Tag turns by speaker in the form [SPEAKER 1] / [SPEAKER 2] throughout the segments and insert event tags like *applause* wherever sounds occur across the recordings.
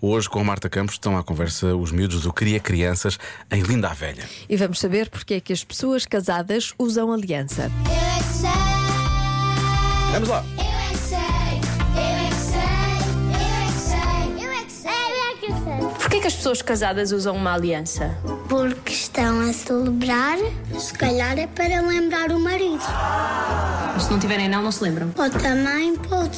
[SPEAKER 1] Hoje, com a Marta Campos, estão à conversa os miúdos do Cria Crianças em Linda a Velha.
[SPEAKER 2] E vamos saber porque é que as pessoas casadas usam aliança.
[SPEAKER 3] Eu é que sei,
[SPEAKER 1] Vamos lá!
[SPEAKER 3] eu é que sei, eu é que sei, eu é que sei, eu é que sei, eu é que sei.
[SPEAKER 4] Porquê que as pessoas casadas usam uma aliança?
[SPEAKER 3] Porque estão a celebrar, se calhar é para lembrar o marido.
[SPEAKER 4] Se não tiverem não, não se lembram.
[SPEAKER 3] Ou também pode,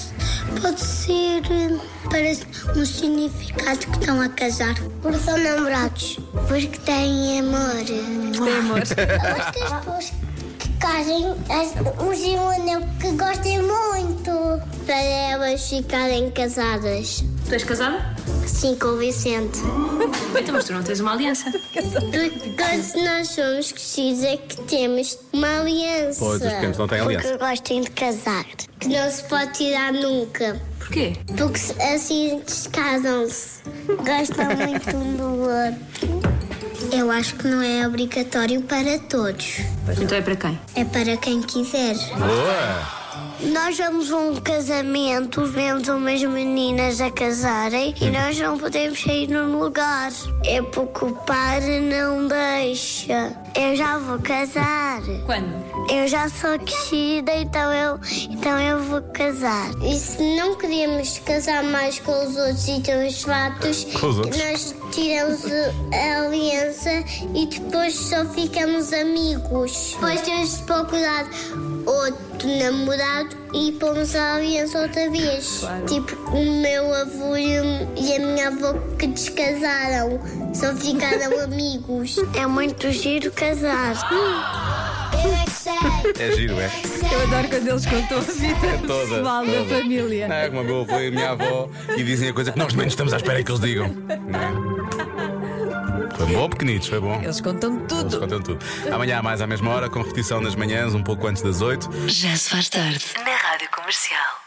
[SPEAKER 3] pode ser eh, para um significado que estão a casar. Porque são namorados. Porque têm amor.
[SPEAKER 2] Tem amor.
[SPEAKER 3] Gostas pessoas que casem um gimano que gostem muito. Para elas ficarem casadas.
[SPEAKER 4] Tu és casada?
[SPEAKER 3] Sim, com o Vicente.
[SPEAKER 4] Então, mas tu não tens uma aliança.
[SPEAKER 3] Porque nós somos crescidos é que temos uma aliança.
[SPEAKER 1] Pois, os pequenos não têm aliança.
[SPEAKER 3] Porque gostem de casar. Que não se pode tirar nunca.
[SPEAKER 4] Porquê?
[SPEAKER 3] Porque se- assim descasam-se. Gostam muito um do outro. Eu acho que não é obrigatório para todos.
[SPEAKER 4] Então é para quem?
[SPEAKER 3] É para quem quiser.
[SPEAKER 1] Boa!
[SPEAKER 3] Nós vamos a um casamento, vemos umas meninas a casarem e nós não podemos sair num lugar. É porque o padre não deixa. Eu já vou casar.
[SPEAKER 4] Quando?
[SPEAKER 3] Eu já sou crescida, então eu, então eu vou casar. E se não queremos casar mais com os outros e ter os fatos,
[SPEAKER 1] Com os outros.
[SPEAKER 3] nós tiramos o- a aliança e depois só ficamos amigos. Depois temos de procurar outro namorado e pomos a aliança outra vez. Tipo, o meu avô e o- e a minha avó que descasaram, só ficaram *laughs* amigos. É muito giro casar. Eu é que sei.
[SPEAKER 1] É giro, é?
[SPEAKER 2] Eu adoro quando eles contam a vida
[SPEAKER 1] toda,
[SPEAKER 2] pessoal da
[SPEAKER 1] toda.
[SPEAKER 2] família.
[SPEAKER 1] É como a meu avô e a minha avó e dizem a coisa que nós também estamos à espera que eles digam. Não é? Foi bom, pequenitos, foi bom.
[SPEAKER 2] Eles contam
[SPEAKER 1] Eles
[SPEAKER 2] tudo.
[SPEAKER 1] contam tudo. Amanhã, mais à mesma hora, com repetição nas manhãs, um pouco antes das oito.
[SPEAKER 5] Já se faz tarde na Rádio Comercial.